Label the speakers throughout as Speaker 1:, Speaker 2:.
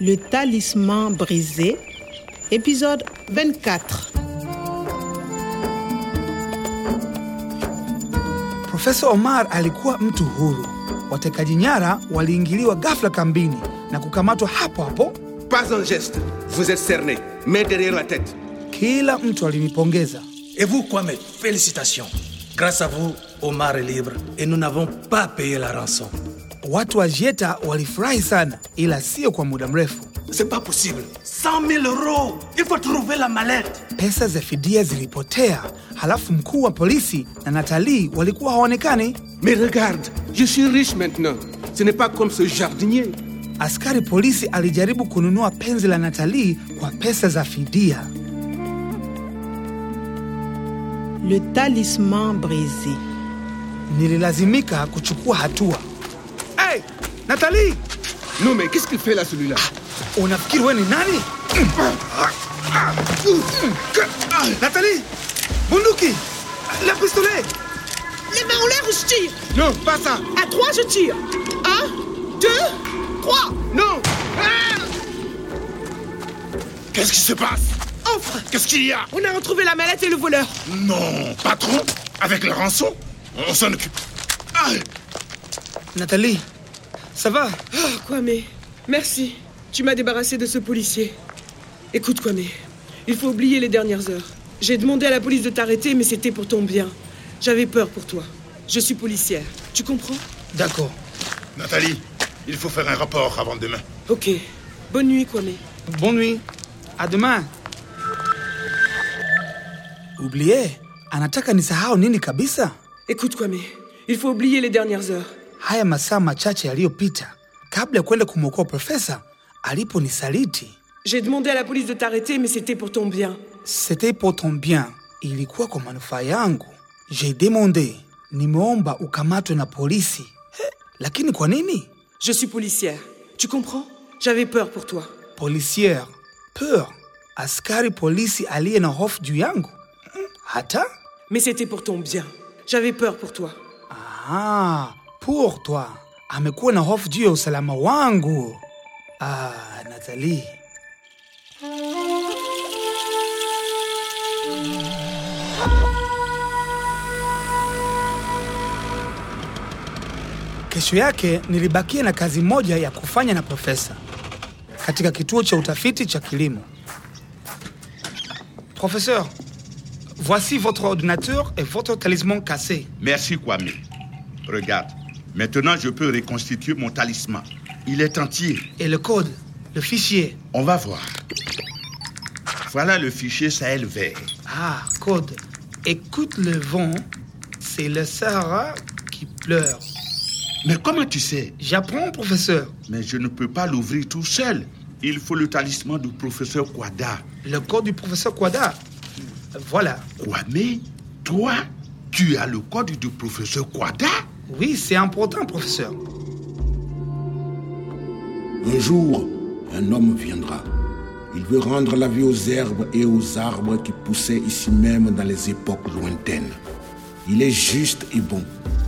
Speaker 1: Le talisman brisé, épisode 24.
Speaker 2: Profesa Omar alikuwa mtu huru. Watekaji nyara waliingiliwa ghafla kambini na kukamatwa hapo hapo.
Speaker 3: Pas un geste. Vous êtes cerné, mais derrière la tête.
Speaker 2: Kila mtu alinipongeza.
Speaker 4: Et vous, Kwame, félicitations. Grâce à vous, Omar est libre et nous n'avons pas payé la rançon.
Speaker 2: Watu wa Jeta walifurahi sana, ila sio kwa muda mrefu.
Speaker 4: C'est pas possible. 100 000 euros Il faut trouver la mallette
Speaker 2: Pesa za fidia zilipotea, halafu mkuu wa polisi na Natalii walikuwa hawaonekani.
Speaker 3: Mais regarde, je suis riche maintenant. Ce n'est pas comme ce jardinier.
Speaker 2: Askari polisi alijaribu kununua penzi la Natalii kwa pesa za fidia.
Speaker 1: Le talisman brisé.
Speaker 2: Nililazimika kuchukua hatua.
Speaker 3: Hey
Speaker 2: Natalii,
Speaker 3: Non, mais qu'est-ce qu'il fait là, celui-là
Speaker 2: unafikiri wewe ni nani? Natalii, bunduki, la pistolet.
Speaker 5: Les mains en l'air ou je tire
Speaker 3: Non, pas ça
Speaker 5: À trois, je tire. Un, deux, trois.
Speaker 3: Non Ah! Qu'est-ce qui se passe
Speaker 5: Offre
Speaker 6: Qu'est-ce qu'il y a
Speaker 5: On a retrouvé la mallette et le voleur.
Speaker 6: Non, patron Avec la rançon On s'en occupe. Ah,
Speaker 2: Nathalie, ça va
Speaker 5: Oh, Kwame, merci. Tu m'as débarrassé de ce policier. Écoute, Kwame, il faut oublier les dernières heures. J'ai demandé à la police de t'arrêter, mais c'était pour ton bien. J'avais peur pour toi. Je suis policière. Tu comprends
Speaker 2: D'accord.
Speaker 6: Nathalie, il faut faire un rapport avant demain.
Speaker 5: Ok. Bonne nuit, Kwame.
Speaker 2: Bonne nuit. À demain. Oublié, anataka nisahau nini kabisa?
Speaker 5: Écoute, Kwame, il faut oublier les dernières heures.
Speaker 2: Haya masaa machache yaliyopita, kabla ya kwenda kumwokoa profesa, aliponisaliti.
Speaker 5: J'ai demandé à la police de t'arrêter, mais c'était pour ton bien.
Speaker 2: C'était pour ton bien, ilikuwa kwa manufaa yangu. J'ai demandé, nimeomba ukamatwe na polisi. He, lakini kwa nini?
Speaker 5: Je suis policière. Tu comprends J'avais peur pour toi.
Speaker 2: Policière, peur, askari polisi aliye na hofu juu yangu. Mm, Hata?
Speaker 5: Mais c'était pour ton bien. J'avais peur pour toi.
Speaker 2: Ah, pour toi. Amekuwa na hofu juu ya usalama wangu. Ah, Nathalie. Kesho yake nilibakia na kazi moja ya kufanya na profesa katika kituo cha utafiti cha kilimo. Professeur, voici votre ordinateur et votre talisman cassé.
Speaker 6: Merci, Kwame. Regarde, maintenant je peux reconstituer mon talisman. Il est entier.
Speaker 2: et le code, le fichier.
Speaker 6: On va voir. Voilà le fichier Sahel vert.
Speaker 2: Ah, code. Écoute le vent, c'est le Sahara qui pleure.
Speaker 6: Mais comment tu sais
Speaker 2: J'apprends, professeur.
Speaker 6: Mais je ne peux pas l'ouvrir tout seul. Il faut le talisman du professeur Kwada.
Speaker 2: Le code du professeur Kwada. Voilà.
Speaker 6: Kwame, toi, tu as le code du professeur Kwada
Speaker 2: Oui, c'est important, professeur.
Speaker 7: Un jour, un homme viendra. Il veut rendre la vie aux herbes et aux arbres qui poussaient ici même dans les époques lointaines. Il est juste et bon.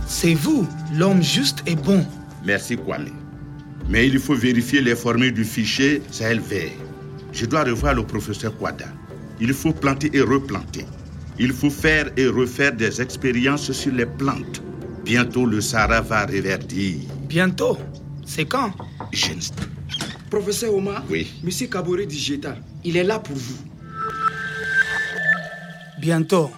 Speaker 2: C'est vous, l'homme juste et bon.
Speaker 6: Merci Kwame. Mais il faut vérifier les formules du fichier Sahel vert. Je dois revoir le professeur Kwada. Il faut planter et replanter. Il faut faire et refaire des expériences sur les plantes. Bientôt le Sahara va reverdir.
Speaker 2: Bientôt. C'est quand
Speaker 6: Je ne sais-
Speaker 8: Professeur Omar,
Speaker 6: Oui.
Speaker 8: Monsieur Kabore Digeta, il est là pour vous.
Speaker 2: Bientôt.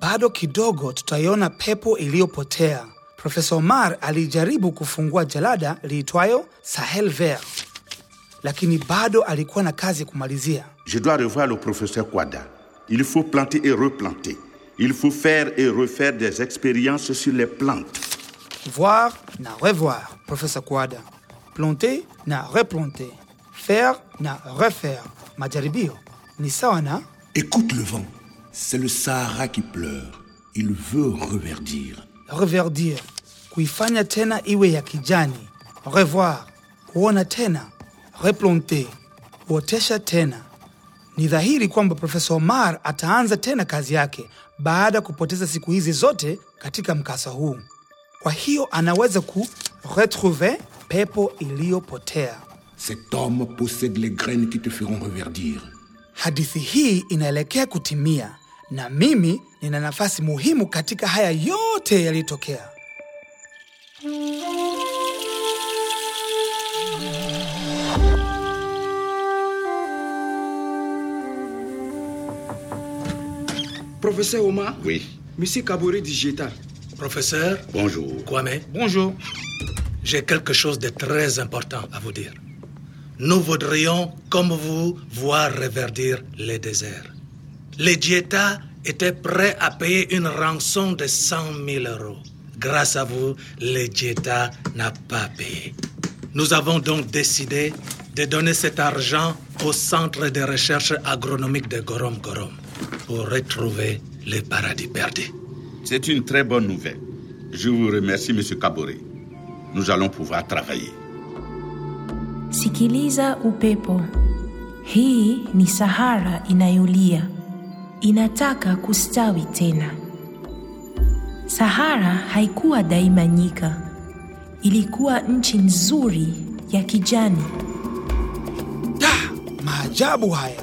Speaker 2: Bado kidogo tutaiona pepo iliyopotea. Profesa Omar alijaribu kufungua jalada liitwayo Sahel Ver, lakini bado alikuwa na kazi ya kumalizia.
Speaker 6: Je dois revoir le professeur Kwada. Il faut planter et replanter. Il faut faire et refaire des expériences sur les plantes.
Speaker 2: Voir na revoir, Profesa Kwada. Planter na replanter. Faire na refaire. Majaribio ni sawa na
Speaker 7: Écoute le vent. C'est le Sahara qui pleure. Il veut reverdir.
Speaker 2: reverdir, kuifanya tena iwe ya kijani. Revoir, kuona tena. Replanter, kuotesha tena. Ni dhahiri kwamba Profesa Omar ataanza tena kazi yake baada ya kupoteza siku hizi zote katika mkasa huu. Kwa hiyo anaweza ku retrouver pepo iliyopotea.
Speaker 7: Cet homme possède les graines qui te feront reverdir.
Speaker 2: Hadithi hii inaelekea kutimia, na mimi nina nafasi muhimu katika haya yote yaliyotokea.
Speaker 8: Professeur Oma,
Speaker 6: Oui.
Speaker 8: Monsieur Kabore Digeta,
Speaker 4: Professeur
Speaker 6: Bonjour.
Speaker 4: Kwame,
Speaker 2: Bonjour.
Speaker 4: j'ai quelque chose de très important à vous dire. Nous voudrions, comme vous, voir reverdir les déserts. Les Dieta étaient prêts à payer une rançon de 100 000 euros. Grâce à vous, les Dieta n'a pas payé. Nous avons donc décidé de donner cet argent au Centre de recherche agronomique de Gorom Gorom pour retrouver le paradis perdu.
Speaker 6: C'est une très bonne nouvelle. Je vous remercie, Monsieur Kabore. Nous allons pouvoir travailler.
Speaker 9: Sikiliza upepo. Hii ni Sahara inayolia. Inataka kustawi tena. Sahara haikuwa daima nyika. Ilikuwa nchi nzuri ya kijani.
Speaker 2: Da, maajabu haya!